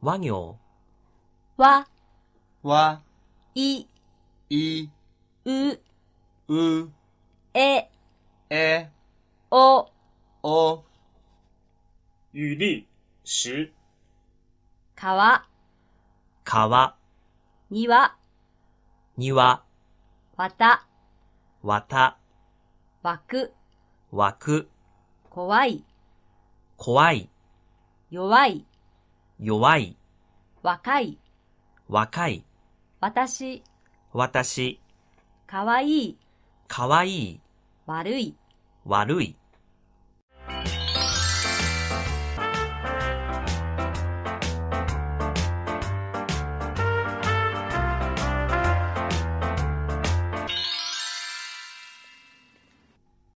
和行、わ、わ、い、い、う、う、え、え、お、お、雨粒石川、川、庭、庭、わた、綿、わく、湧く、怖い、怖い、弱い、弱い、若い、若い、私、私、かわいい、可愛い、悪い。悪い。